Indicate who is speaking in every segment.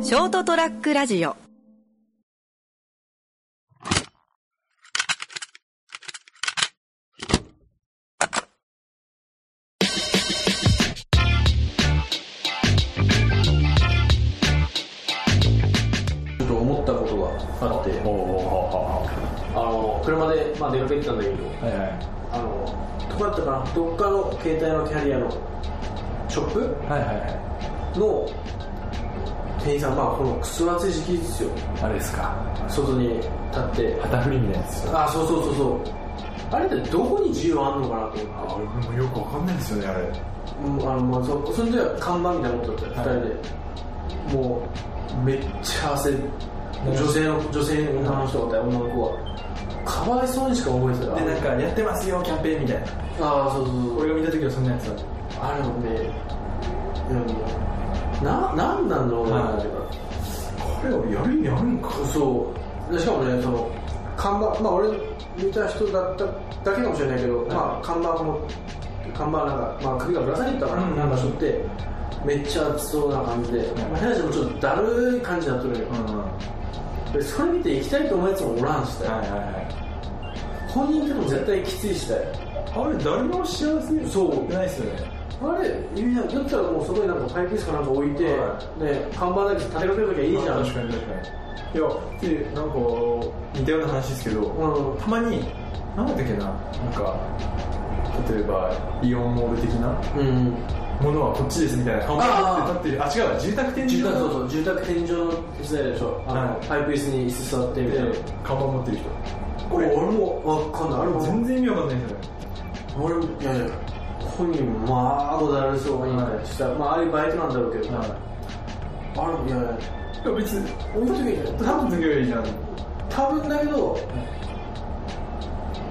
Speaker 1: ショートトラックラジオ
Speaker 2: ちょっと思ったことがあってあの車で、まあ、出かけてたんだけど
Speaker 3: はいはい
Speaker 2: あのどこだったかなどっかの携帯のキャリアのショップ
Speaker 3: はいはいは
Speaker 2: の店員さんまあこのくそ暑い時期ですよ
Speaker 3: いあれですか
Speaker 2: 外に立って
Speaker 3: 旗振りみたいなやつですよ
Speaker 2: あそうそうそうそうあれってどこに自由あんのかなと思って
Speaker 3: 俺もよくわかんないですよねあれ
Speaker 2: うんあのまあそその時は看板みたいなもんだったよ、
Speaker 3: はい
Speaker 2: 二人でもうめっちゃ汗女性の女性の女の人だったよ女の子はかわいそうにしか覚えてたら
Speaker 3: でなんかやってますよキャンペーンみたいな
Speaker 2: ああそうそうそう
Speaker 3: 俺が見た時はそんなやつだった
Speaker 2: あるのででもななんなんだろうなっていうか、
Speaker 3: 彼をやる意味あるんか
Speaker 2: そうでしかもねその看板まあ俺見た人だっただけかもしれないけど、まあ看板も看板なんか、まあ、首がぶら下げてたから、
Speaker 3: うん
Speaker 2: なんかしょってめっちゃ熱そうな感じで、まあ、部屋でもちょっとだるい感じになってるよ
Speaker 3: う、んは
Speaker 2: でそれ見て行きたいと思うやつもおらんし
Speaker 3: い
Speaker 2: たよ、
Speaker 3: はいはい
Speaker 2: 本人でも絶対きついしたよ
Speaker 3: あれ誰も幸せに
Speaker 2: そう
Speaker 3: ってないですよね
Speaker 2: あれ言うやんだったらもうそこになんかパイプ椅子かなんか置いて、
Speaker 3: は
Speaker 2: ね、看板だけ立てかけるときはいいじゃん
Speaker 3: 確かに確かにいやでなんか似たような話ですけど、
Speaker 2: うん
Speaker 3: たまに何だったっけななんか例えばイオンモール的な
Speaker 2: うん
Speaker 3: ものはこっちですみたいな看板って立ってるあ違う住宅展
Speaker 2: 住
Speaker 3: 示
Speaker 2: 宅そう
Speaker 3: の
Speaker 2: そう住宅天井の手伝いでしょあの、
Speaker 3: はい
Speaker 2: パイプ椅子に椅子座ってみたいな、
Speaker 3: 看板持ってる人
Speaker 2: これ俺もわかんない
Speaker 3: あ
Speaker 2: 俺
Speaker 3: れ
Speaker 2: も
Speaker 3: 全然意味わかんないですよね
Speaker 2: 俺もいやいや本人もまあごだるそうに
Speaker 3: はい
Speaker 2: した、まあああいうバイトなんだろうけど、あれもいやいや
Speaker 3: いや別に
Speaker 2: 俺の時に
Speaker 3: 多分すげえいいじゃん
Speaker 2: 多分だけど、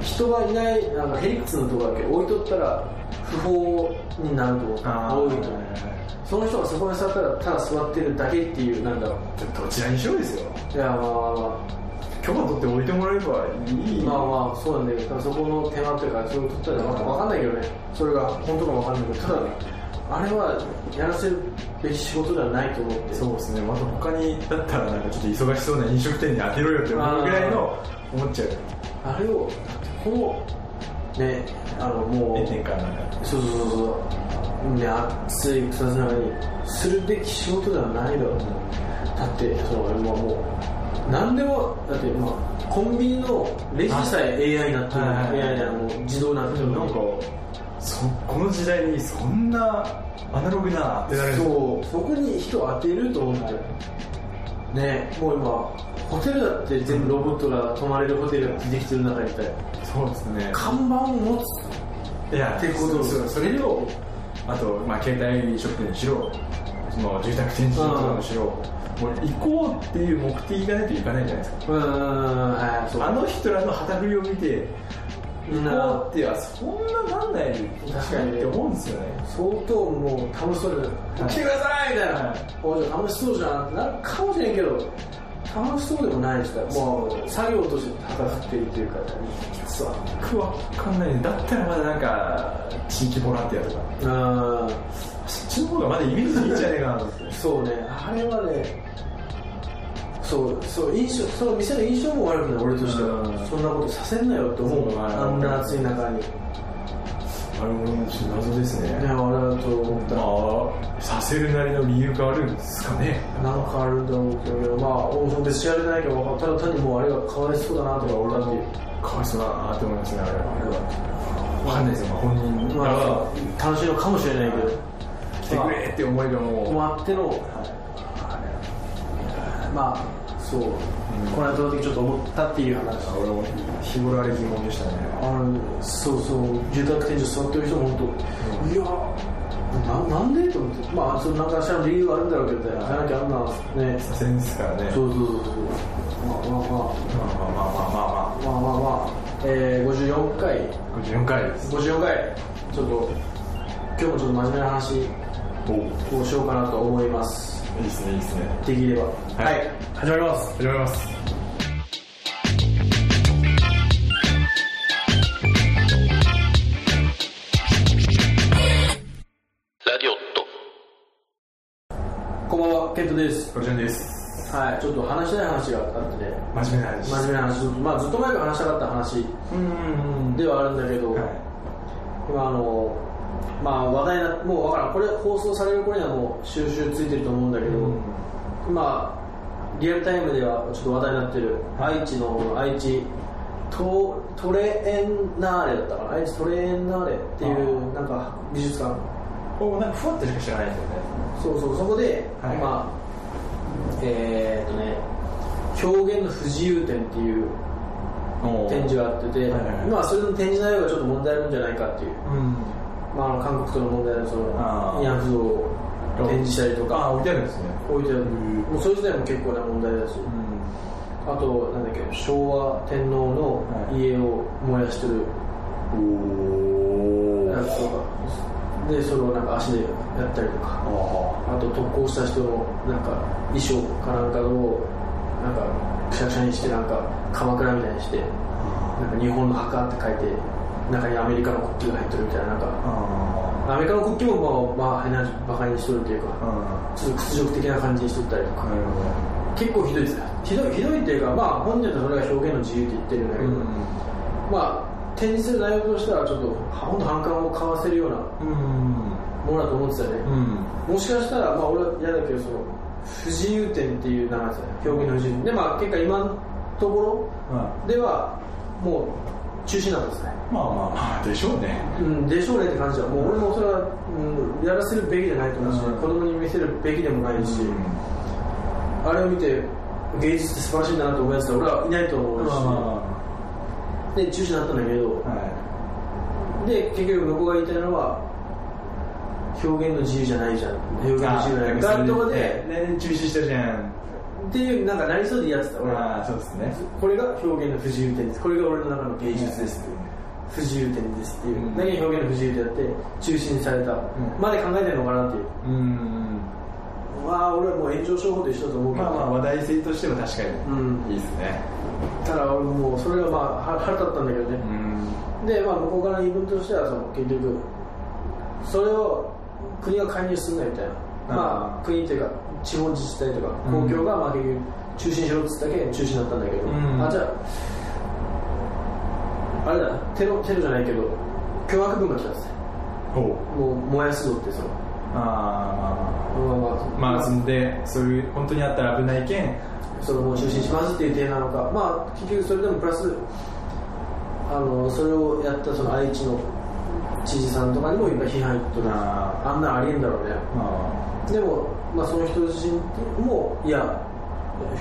Speaker 2: 人がいないなんかヘリクスのとこだけ置いとったら不法になると思う多いと思うその人がそこに座ったらただ座ってるだけっていうなんだろう
Speaker 3: どちらにしろですよ
Speaker 2: いやまあまあまあ
Speaker 3: 許可取って置いてもらえればいい
Speaker 2: まあまあそうなんだけど、多分そこの手間っていうか、それを取ったらわかんないけどね、それが本当かわかんないけど、ただね、あれはやらせるべき仕事ではないと思って、
Speaker 3: そうですねまた他にだったらなんかちょっと忙しそうな飲食店に当てろよって思うぐらいの思っちゃう
Speaker 2: あれを、この、ね、あのも
Speaker 3: 炎
Speaker 2: う、
Speaker 3: 天下なんか
Speaker 2: そうそうそうそう、ね、暑い草津の中に、するべき仕事ではないだろうね、だって、その俺ももう、なんでも、だって、まあ、コンビニのレジさえ AI になってる
Speaker 3: はいはいはい
Speaker 2: AI であの自動になってる
Speaker 3: なんかそこの時代にそんなアナログなってなる
Speaker 2: そうそこに人を当てると思ってねもう今ホテルだって全部ロボットが泊まれるホテルが出てきてる中にいたい
Speaker 3: そうですね
Speaker 2: 看板を持つ
Speaker 3: いや
Speaker 2: ってことです
Speaker 3: そうそれをあと、まあ、携帯飲食店にしろその住宅展示とかにしろ、もう行こうっていう目的がないといかないじゃないですか
Speaker 2: うーんはいそう
Speaker 3: あの人らの旗振りを見て
Speaker 2: みん
Speaker 3: 行こう
Speaker 2: な
Speaker 3: ってはそんななんない
Speaker 2: 確かにね
Speaker 3: って思うんですよね
Speaker 2: 相当もう楽しそうで
Speaker 3: い
Speaker 2: 来てくださいみたい
Speaker 3: は
Speaker 2: ないおじゃ楽しそうじゃんってなるかもしれんけど楽しそうでもないですからもう作業として戦っているというかそう
Speaker 3: 僕は分かんないねだったらまだなんか地域ボランティア
Speaker 2: う
Speaker 3: とか
Speaker 2: ん
Speaker 3: そっちの方がまだイメージいいんじゃねえかなと思って
Speaker 2: そうねあれはねそうそう印象その店の印象も悪くない俺として
Speaker 3: う
Speaker 2: は
Speaker 3: ん
Speaker 2: そんなことさせんなよって思う
Speaker 3: そう
Speaker 2: あんな暑い中にね
Speaker 3: あれもちょっと謎ですね
Speaker 2: あれだと思った
Speaker 3: まあさせるなりの理由があるんですかね
Speaker 2: なんかあるんだろうけどまあ俺も別に知られてないけど分かるただ単にもうあれがかわいそうだなとか俺だっていう
Speaker 3: かわいそうだなって思いますねあれは
Speaker 2: あれは
Speaker 3: わかんないですよ、まあ、本人だか
Speaker 2: ま
Speaker 3: ら、
Speaker 2: あ楽しいのかもしれないけど
Speaker 3: 来てくれって思いがもう、
Speaker 2: もあってのまあそうこの間の時ちょっと思ったっていう話
Speaker 3: 俺も日頃あれ疑問でしたね
Speaker 2: あのそうそう住宅展示座ってる人も本当、いやななんでと思ってまあそのなんかしらの理由があるんだろうけどねじゃなきゃあんなね
Speaker 3: 左遷ですからね
Speaker 2: そうそうそうそうまあま
Speaker 3: まあまあまあまあまあま
Speaker 2: あまあまあまあまあ、えー、54回
Speaker 3: あ54回です
Speaker 2: 54回ちょっと今日もちょっと真面目な話
Speaker 3: お
Speaker 2: をしようかなと思います
Speaker 3: いいですねいいですね
Speaker 2: できれば
Speaker 3: はい
Speaker 2: 始まります
Speaker 3: 始まります
Speaker 4: ラディオット。
Speaker 2: こんばんはケントです
Speaker 3: これじゃんです
Speaker 2: はいちょっと話したい話があってね
Speaker 3: 真面目な話
Speaker 2: 真面目な話、まあ、ずっと前から話したかった話
Speaker 3: うんうん
Speaker 2: ではあるんだけど、
Speaker 3: はい
Speaker 2: 今あのまあ話題なもうわからんこれ放送される頃にはもう収集ついてると思うんだけど、今リアルタイムではちょっと話題になってる愛知の愛知トトレエンナーレだったかな愛知トレエンナーレってい
Speaker 3: あ
Speaker 2: う
Speaker 3: ー
Speaker 2: なんか美術館
Speaker 3: おなんかふわっとしか知らないですよね
Speaker 2: そうそうそこで、
Speaker 3: はい
Speaker 2: 今えー、っとね表現の不自由展っていう展示があってて、
Speaker 3: はいはいはい
Speaker 2: まあそれの展示内容がちょっと問題あるんじゃないかっていう
Speaker 3: うん
Speaker 2: まあ、あの韓国との問題のそ
Speaker 3: あ
Speaker 2: の
Speaker 3: ー
Speaker 2: 慰安婦像を展示したりと
Speaker 3: あ
Speaker 2: か
Speaker 3: 置いてあるんですね
Speaker 2: 置いてあるもうそれ自体も結構な問題だし、あとなんだっけ昭和天皇の家を燃やしてる
Speaker 3: うん
Speaker 2: やつとか、でそれをなんか足でやったりとか
Speaker 3: あ
Speaker 2: あと特攻した人のなんか衣装かなんかをなんかくしゃくしゃにしてなんか鎌倉みたいにしてなんか日本の墓って書いて中にアメリカの国旗が入ってるみたいななんか
Speaker 3: あ
Speaker 2: アメリカの国旗もまあ、まあ、バカにしとるというか
Speaker 3: あ
Speaker 2: ちょっと屈辱的な感じにしとったりと
Speaker 3: あ
Speaker 2: か、
Speaker 3: なるほ
Speaker 2: 結構ひどいですひどいひどいっていうかまあ本人とそれが表現の自由って言ってるんだけ
Speaker 3: ど
Speaker 2: ど、まあ展示する内容としてはちょっと本当反感をかわせるような
Speaker 3: うん
Speaker 2: ものだと思ってたよ
Speaker 3: う
Speaker 2: ね、
Speaker 3: ん
Speaker 2: もしかしたらまあ俺は嫌だけどその不自由点っていうなんか表現の不自由でまあ結果今のとこ
Speaker 3: ま
Speaker 2: ろではもう中止なんですね
Speaker 3: あまあまあでしょうね
Speaker 2: うん、でしょうねって感じはもう俺もそれは、うん、やらせるべきじゃないと思うし、
Speaker 3: うん
Speaker 2: 子供に見せるべきでもないし、あれを見て芸術って素晴らしいんだなと思うやつは俺はいないと思うし、
Speaker 3: は
Speaker 2: で中止になったんだけど、で結局僕が言いたいのは表現の自由じゃないじゃん表
Speaker 3: い
Speaker 2: 現の自由じゃないだってことで
Speaker 3: ね中止したじゃん
Speaker 2: っていうなんかなりそうで嫌ってた俺は
Speaker 3: ああそうですね
Speaker 2: これが表現の不自由点ですこれが俺の中の芸術ですっていう不自由点ですっていう、
Speaker 3: うん
Speaker 2: 何が表現の不自由点だって中止にされた、
Speaker 3: ん
Speaker 2: まで考えてるのかなっていう
Speaker 3: うん
Speaker 2: まあ俺はもう炎上商法と一緒だと思うけど、
Speaker 3: まあまあ話題性としては確か
Speaker 2: うん
Speaker 3: にいいですね
Speaker 2: ただ俺もうそれがまあは腹立ったんだけどね、
Speaker 3: ん
Speaker 2: で、まあ、向こうから言い分としてはその結局それを国が介入すんなみたいな、まあ、国というか地方自治体とか
Speaker 3: うん
Speaker 2: 公共がまあ結局中止にしろっつったけん中止になったんだけど、
Speaker 3: うん
Speaker 2: あじゃああれだなテロテロじゃないけど凶悪文化来たんですね
Speaker 3: ほう
Speaker 2: もう燃やすぞってその
Speaker 3: あ
Speaker 2: まあ
Speaker 3: あまあそんでそういう本当にあったら危ないけん
Speaker 2: そのもう中止しますっていう点なのか、まあ、結局それでもプラスあのそれをやったその愛知の知事さんとかにもいっぱい批判とか
Speaker 3: あ
Speaker 2: あんなんありえんだろうね
Speaker 3: あ
Speaker 2: でも、まあ、その人自身もいや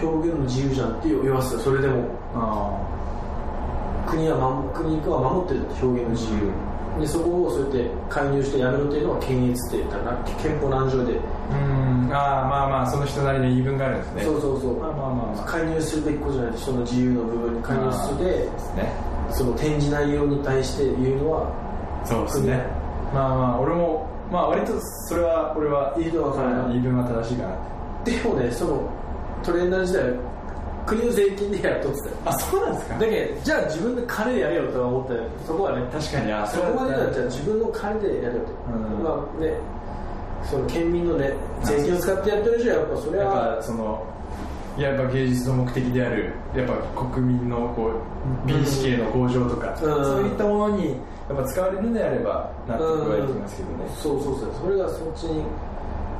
Speaker 2: 表現の自由じゃんって言わせたそれでも
Speaker 3: あ
Speaker 2: 国は守国は守ってるって表現の自由、でそこをそうやって介入してやめろっていうのは検閲って言ったら憲法何条で、
Speaker 3: うんああまあまあその人なりの言い分があるんですね
Speaker 2: そうそうそう、
Speaker 3: まあまあまあ
Speaker 2: 介入するべきことじゃない人の自由の部分に介入してて
Speaker 3: ですね
Speaker 2: その展示内容に対して言うのは
Speaker 3: そうですねまあまあ俺もまあ割とそれは俺は
Speaker 2: 言い分は変わらない
Speaker 3: 言い分は正しいかな
Speaker 2: でもねそのトレーナー時代国の税金でやっとってたよ
Speaker 3: あそうなんですか
Speaker 2: だけどじゃあ自分の金でやれよとは思ったよそこはね
Speaker 3: 確かにあ
Speaker 2: そこまで
Speaker 3: だ
Speaker 2: はじゃあ自分の金でやれよと、
Speaker 3: うん
Speaker 2: まあねその県民のね税金を使ってやってるじゃんやっぱそれ
Speaker 3: やっぱ
Speaker 2: は
Speaker 3: そのやっぱ芸術の目的であるやっぱ国民のこう美意識への向上とか、
Speaker 2: うん
Speaker 3: そういったものにやっぱ使われるのであれば納得はいきますけどね、
Speaker 2: そうそうそうそれがそっちに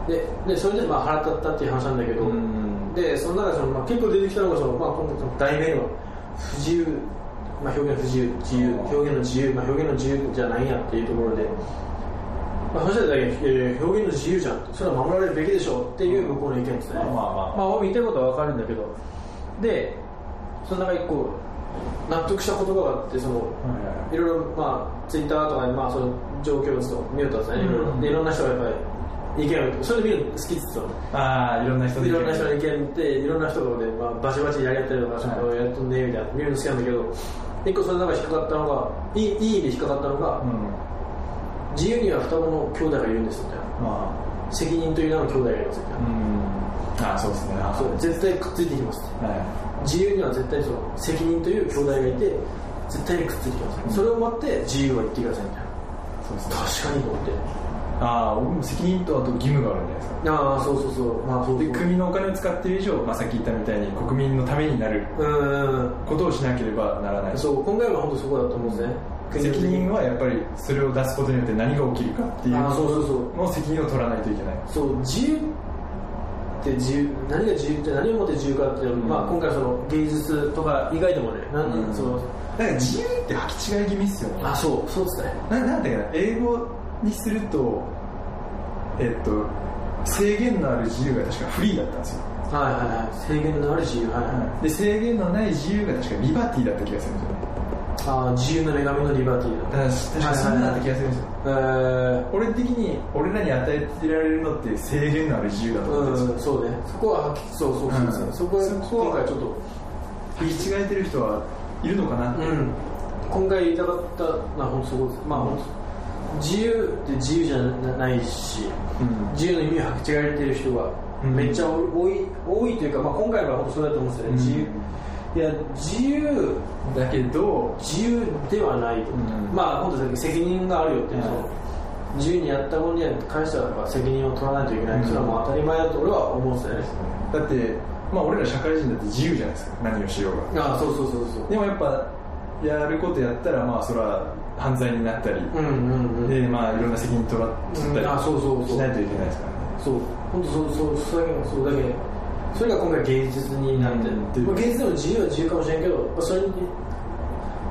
Speaker 2: ででそれでまあ腹立ったっていう話なんだけど、
Speaker 3: うん
Speaker 2: でその中でその、まあ、結構出てきたのがその、まあ、今回の題名は不自由、まあ、表現の不自由自由
Speaker 3: うん
Speaker 2: 表現の自由、まあ、表現の自由じゃないんやっていうところで、まあ、そしたらだけ、えー表現の自由じゃんそれは守られるべきでしょっていう向こうの意見ですね、
Speaker 3: まあまあまあ
Speaker 2: まあ俺も言いたいことは分かるんだけどでその中一個納得した言葉があってその、
Speaker 3: はいはい
Speaker 2: いろいろ、まあ、ツイッターとかに、まあ、その状況をちょっと見よったんですね、いろいろでいろんな人がやっぱり意見を言ってそれで見るの好きっつってたの
Speaker 3: ああいろんな人
Speaker 2: いろんな人の意見っていろんな人とで、まあ、バチバチやり合ったりとか、
Speaker 3: はい
Speaker 2: そのやっとんねみたいな見るの好きなんだけど一個その中で引っかかったのがいいいい意味で引っかかったのが、
Speaker 3: うん
Speaker 2: 自由には双子の兄弟がいるんですみたいな
Speaker 3: ま
Speaker 2: 責任という名の兄弟がいますみたいな、
Speaker 3: あうんああそうですねあ
Speaker 2: そう絶対くっついてきますって
Speaker 3: は
Speaker 2: 自由には絶対その責任という兄弟がいて絶対にくっついてきます、そ
Speaker 3: ん
Speaker 2: れを待って自由は言ってくださいみたいない
Speaker 3: そうです
Speaker 2: 確か
Speaker 3: ね
Speaker 2: にと思って
Speaker 3: ああ僕も責任とあと義務があるんじゃないですか
Speaker 2: ああそうそうそうまあそう
Speaker 3: で
Speaker 2: そう
Speaker 3: 国のお金を使ってる以上、まあ、さっき言ったみたいに国民のためになる
Speaker 2: うん
Speaker 3: ことをしなければならない
Speaker 2: そう今回は本当そこだと思うんですね
Speaker 3: 責任はやっぱりそれを出すことによって何が起きるかっていう
Speaker 2: あーそうそうそう
Speaker 3: の責任を取らないといけない
Speaker 2: そう自由って自由何が自由って何をもって自由かって、
Speaker 3: ん
Speaker 2: まあ、今回その芸術とか以外でもねなんて、
Speaker 3: うん
Speaker 2: その
Speaker 3: だから自由って履き違い気味っすよね
Speaker 2: あそうそうっすね
Speaker 3: ななんだっけな英語にするとえっと制限のある自由が確かフリーだったんですよ、
Speaker 2: はいはいはい制限のある自由はいはい、
Speaker 3: で制限のない自由が確かリバティだった気がするんですよね
Speaker 2: ああ自由の女神のリバティ
Speaker 3: だ
Speaker 2: だ
Speaker 3: から確かそんなだった気がするんですよ
Speaker 2: えー
Speaker 3: 俺的に俺らに与えられるのって制限のある自由だと思ってるんですよ
Speaker 2: うん、そうねそこはそうそうそうそう、
Speaker 3: うん
Speaker 2: そこは
Speaker 3: そこは
Speaker 2: 今回ちょっと
Speaker 3: 履き違えてる人はいるのかなって、
Speaker 2: うん、今回言いたかったまあ本当そこですまあ本当自由って自由じゃないし
Speaker 3: うん
Speaker 2: 自由の意味を履き違えてる人が
Speaker 3: うん
Speaker 2: めっちゃ多い多いというか、まあ、今回は本当そうだと思うんですよね、自由いや自由
Speaker 3: だけど
Speaker 2: 自由ではないと、
Speaker 3: うん
Speaker 2: まあ本当さっき責任があるよっていう、
Speaker 3: はい
Speaker 2: その自由にやったことに関してはやっぱ責任を取らないといけない、
Speaker 3: うん
Speaker 2: それはもう当たり前だと俺は思うんですよね、
Speaker 3: だってまあ俺ら社会人だって自由じゃないですか何をしようが
Speaker 2: ああそうそうそうそう
Speaker 3: でもやっぱやることやったらまあそれは犯罪になった
Speaker 2: う
Speaker 3: り、
Speaker 2: んうんうん
Speaker 3: でまあいろんな責任取ら取ったり、
Speaker 2: うんあそうそうそう
Speaker 3: しないといけないですからね
Speaker 2: そう本当そうそうそれだけそれだけそれが今回芸術になってる
Speaker 3: うん
Speaker 2: っていう、まあ、芸術でも自由は自由かもしれんけど、まあ、それに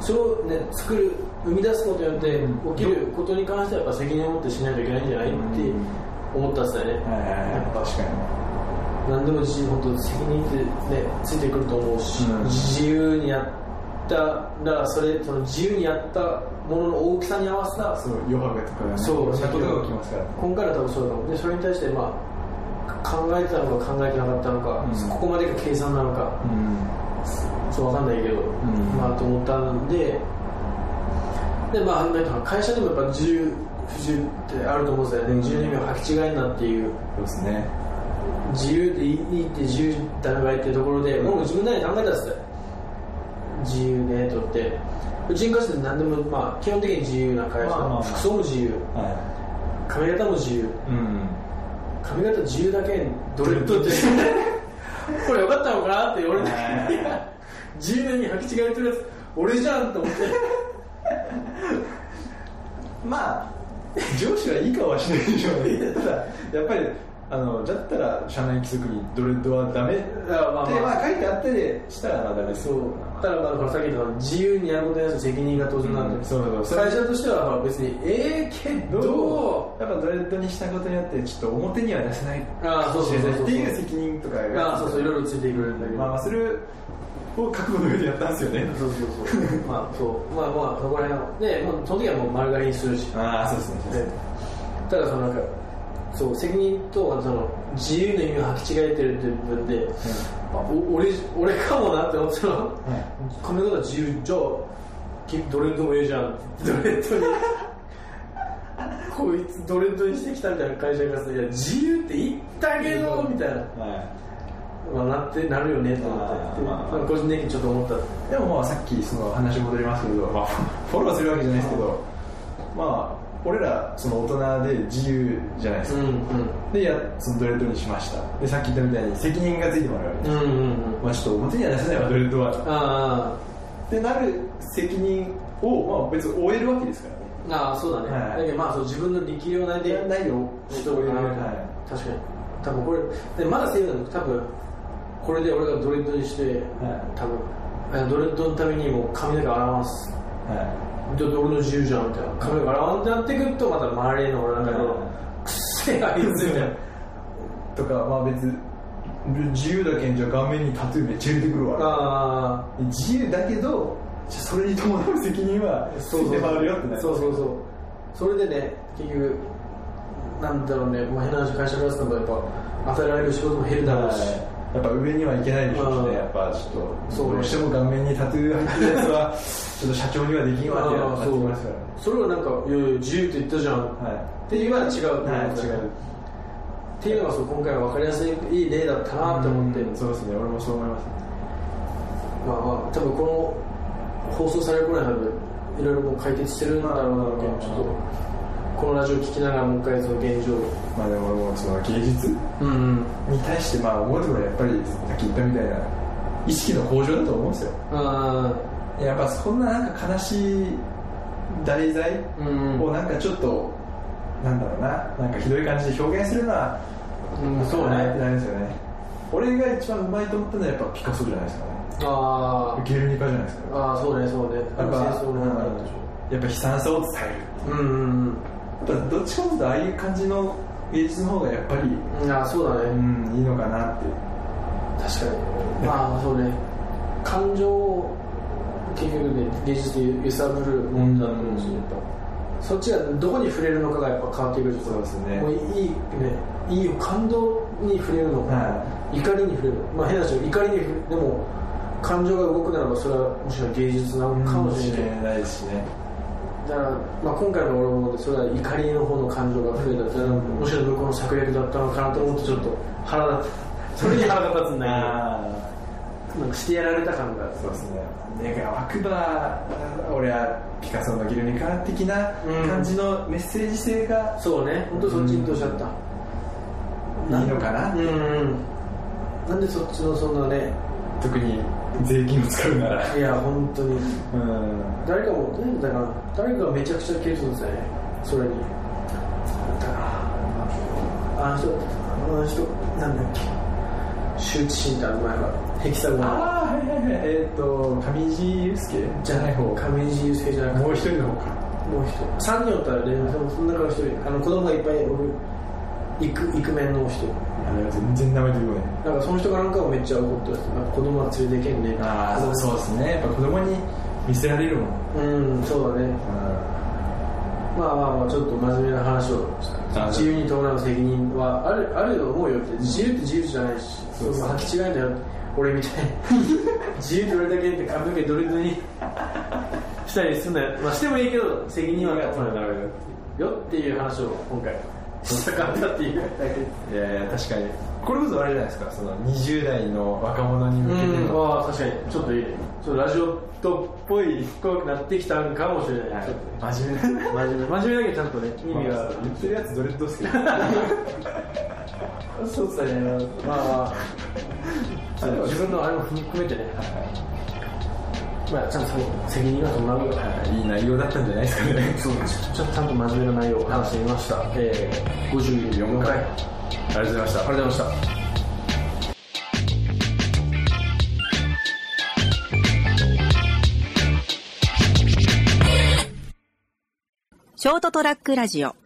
Speaker 2: それをね作る生み出すことによって
Speaker 3: うん
Speaker 2: 起きることに関してはやっぱ責任を持ってしないといけないんじゃないって
Speaker 3: うん
Speaker 2: 思ったっすよね、
Speaker 3: はいはい
Speaker 2: やっ
Speaker 3: はい
Speaker 2: ぱ
Speaker 3: 確か
Speaker 2: 何でも自由本当責任ってねついてくると思うし、
Speaker 3: うん
Speaker 2: 自由にやったらそれその自由にやったものの大きさに合わせた
Speaker 3: にそう余白とかね
Speaker 2: そう
Speaker 3: そういうことが起きますから
Speaker 2: 今回の多分そうだと思うでそれに対してまあ考えてたのか考えてなかったのか、
Speaker 3: うん
Speaker 2: ここまでが計算なのか
Speaker 3: うん
Speaker 2: そうわかんないけど、
Speaker 3: ん
Speaker 2: まあと思ったんででまあなんか会社でもやっぱ自由不自由ってあると思うんですよね、
Speaker 3: うん
Speaker 2: 自由の意味を履き違えんなっていう
Speaker 3: そうですね
Speaker 2: 自由でいいって自由だめばいいってところで、
Speaker 3: うん
Speaker 2: もう自分なりに考えたんですよ自由ねとってうちの会社で何でも、まあ、基本的に自由な会社、
Speaker 3: まあまあまあ
Speaker 2: 服装も自由
Speaker 3: は
Speaker 2: 髪型も自由
Speaker 3: いうん
Speaker 2: 髪型自由だけドレッドって これよかったのかなって俺的
Speaker 3: はい
Speaker 2: には自由に履き違えてるやつ俺じゃんと思って
Speaker 3: まあ上司はいい顔はしないでしょうねただやっぱりあのだったら社内規則にドレッドはダメって
Speaker 2: まあまあ
Speaker 3: まあ書いてあったりしたらまあダメ
Speaker 2: そうただまあほらさっき言った自由にやることに対する責任が当然なんで、
Speaker 3: うんそうそうそう
Speaker 2: 会社としてはほら別にええけ
Speaker 3: どう
Speaker 2: ど
Speaker 3: やっぱドレッドにしたことによってちょっと表には出せない
Speaker 2: ああそうそうそうそう
Speaker 3: っていう責任とか
Speaker 2: あ
Speaker 3: が
Speaker 2: あそうそういろいろついてくるんだけど、
Speaker 3: まあまあそれを覚悟の上でやったんですよね
Speaker 2: そうそうそう まあそうまあまあそこら辺はで、まあ、その時はもう丸刈りにするし
Speaker 3: ああそうですねそうです
Speaker 2: で
Speaker 3: ね
Speaker 2: ただそのなんかそう責任とその自由の意味を履き違えてるっていう部分で、あお俺俺かもなって思ったの、この方は自由じゃあきドレッドもええじゃんってドレッドにこいつドレッドにしてきたみたいな会社がさ「いや自由って言ったけど」みたいな、
Speaker 3: はい
Speaker 2: まあ、なってなるよねと思ってで
Speaker 3: あー
Speaker 2: まあ個人的にちょっと思った
Speaker 3: でもまあさっきその話戻りますけど、まあ、 フォローするわけじゃないですけど、まあ、俺らその大人で自由じゃないです
Speaker 2: うん
Speaker 3: か、でやそのドレッドにしましたでさっき言ったみたいに責任がついてもらうわけ
Speaker 2: う
Speaker 3: で
Speaker 2: ん
Speaker 3: す、
Speaker 2: うんうんうん
Speaker 3: まあ、ちょっと表には出せないわドレッドは
Speaker 2: あ
Speaker 3: ってなる責任を、まあ、別に負えるわけですからね
Speaker 2: ーあーそうだね、
Speaker 3: はい
Speaker 2: だけどまあそう自分の力量内で
Speaker 3: ないよ
Speaker 2: 人がいる
Speaker 3: は
Speaker 2: 確かに多分これでまだセーフなの多分これで俺がドレッドにして、
Speaker 3: はい
Speaker 2: 多分えドレッドのためにもう髪の毛洗わんす
Speaker 3: い、は、
Speaker 2: だって俺の自由じゃんみたいな髪の毛洗わんってなってくるとまた周りの俺なんかのくっせえあいつみたいない
Speaker 3: とかまあ別に自由だけんじゃ顔面にタトゥーめっちゃ入れてくるわ
Speaker 2: あ
Speaker 3: 自由だけどそれに伴う責任は
Speaker 2: あ
Speaker 3: ついて回るよってなる
Speaker 2: そうそうそうそれでね結局なんだろうねもう変な話会社からするとやっぱ与えられる仕事も減るだろうし、
Speaker 3: やっぱ上にはいけないでしょうし
Speaker 2: うん
Speaker 3: ねやっぱちょっと
Speaker 2: そう
Speaker 3: どうしても顔面にタトゥー入ってるや つはちょっと社長にはできんわってなってきますからね
Speaker 2: それはなんか「いやいや自由って言ったじゃん」
Speaker 3: は
Speaker 2: って今は違うと思う
Speaker 3: い、
Speaker 2: んだよ
Speaker 3: はい、違う
Speaker 2: っていうのがそう今回は分かりやすいいい例だったなと思って、
Speaker 3: うんそうですね俺もそう思います
Speaker 2: まあまあ多分この放送される頃には多分いろいろもう解決してるんだろうなと
Speaker 3: まあ
Speaker 2: ちょっとこのラジオ聞きながらもう一回その現状を
Speaker 3: まあでももうその芸術に
Speaker 2: うんうん
Speaker 3: 対してまあ思うところはやっぱりさっき言ったみたいな意識の向上だと思うんですよ
Speaker 2: あ
Speaker 3: やっぱそんななんか悲しい題材
Speaker 2: ーうん
Speaker 3: をなんかちょっとなんだろうななんかひどい感じで表現するのは
Speaker 2: うんそうね
Speaker 3: ダメですよね俺が一番うまいと思ったのはやっぱピカソじゃないですかね
Speaker 2: あー
Speaker 3: ゲルニカじゃないですか
Speaker 2: あーそうねそうね
Speaker 3: やっぱ
Speaker 2: 戦争の話でし
Speaker 3: やっぱ悲惨さを伝える
Speaker 2: ょうんうん
Speaker 3: やっぱどっちかというとああいう感じの芸術の方がやっぱり
Speaker 2: うんあーそうだね
Speaker 3: うんいいのかなって
Speaker 2: 確かにまあそうね感情を結局ね芸術で揺さぶるもんだと思うんですよ、やっぱそっちがどこに触れるのかがやっぱ変わってくる
Speaker 3: そうですね
Speaker 2: もういいいいねいいよ感動に触れるのか、
Speaker 3: は
Speaker 2: 怒りに触れるまあ変な話怒りに触れでも感情が動くならばそれはもしかしたら芸術なのかもしれない、
Speaker 3: ないですしね
Speaker 2: だから、まあ、今回の俺もそれは怒りの方の感情が増えたってもしかしたら向こうの策略だったのかなと思ってちょっと腹立つそれに腹が立つんだけど
Speaker 3: あ
Speaker 2: なんかしてやられた感が
Speaker 3: あそうですねだから枠場俺はピカソのゲルニカ的な感じのメッセージ性が
Speaker 2: そうね本当そっちにとしちゃった
Speaker 3: いいのかな、
Speaker 2: うんうんなんでそっちのそんなね
Speaker 3: 特に税金を使うなら
Speaker 2: いや本当に
Speaker 3: うん
Speaker 2: 誰かも誰だから誰かがめちゃくちゃ消えてたんですよねそれにだからあの人あの人なんだっけ羞恥心ってある前からヘキサゴ
Speaker 3: あ
Speaker 2: ン
Speaker 3: あはいはいはいえっ、と上地祐介じゃない方
Speaker 2: 上地雄介じゃなくて
Speaker 3: もう一人の方か
Speaker 2: もう一人3人おったらねでもその中の一人あの子供がいっぱいおるイクイクメンの人
Speaker 3: あれは全然名前出てこない
Speaker 2: なんかその人がなんかをめっちゃ怒ってたなんか子供は連れてけんね
Speaker 3: ああそうですねやっぱ子供に見せられるもん
Speaker 2: うんそうだねまあまあまあちょっと真面目な話を
Speaker 3: あ
Speaker 2: 自由に伴う責任はあるあると思うよって自由って自由じゃないし
Speaker 3: そ
Speaker 2: そ
Speaker 3: うです
Speaker 2: の履き違いだよ俺みたいに 自由って俺だけって髪の毛ドリドリにしたりすんだよ、まあ、してもいいけど責任は伴うよっていう話を今回したかったっていうだけ
Speaker 3: いやいや確かにこれこそあれじゃないですかその20代の若者に向けて
Speaker 2: うん
Speaker 3: の
Speaker 2: まあ確かにちょっといいちょっとラジオとっぽい怖くなってきたんかもしれない、ちょっと
Speaker 3: はい真面目 な
Speaker 2: 真面目真面目だけどちゃんとね意味が
Speaker 3: 言ってるやつどれどうす けど
Speaker 2: そうだねまあちょっと自分のあれも踏み込めてねまあちゃんとその責任は伴うよ
Speaker 3: いい内容だったんじゃないですかね
Speaker 2: そうですちょっとちゃんと真面目な内容を話してみましたえー、54回ありが
Speaker 3: ありがとうございました
Speaker 2: とうございました
Speaker 1: ショートトラックラジオ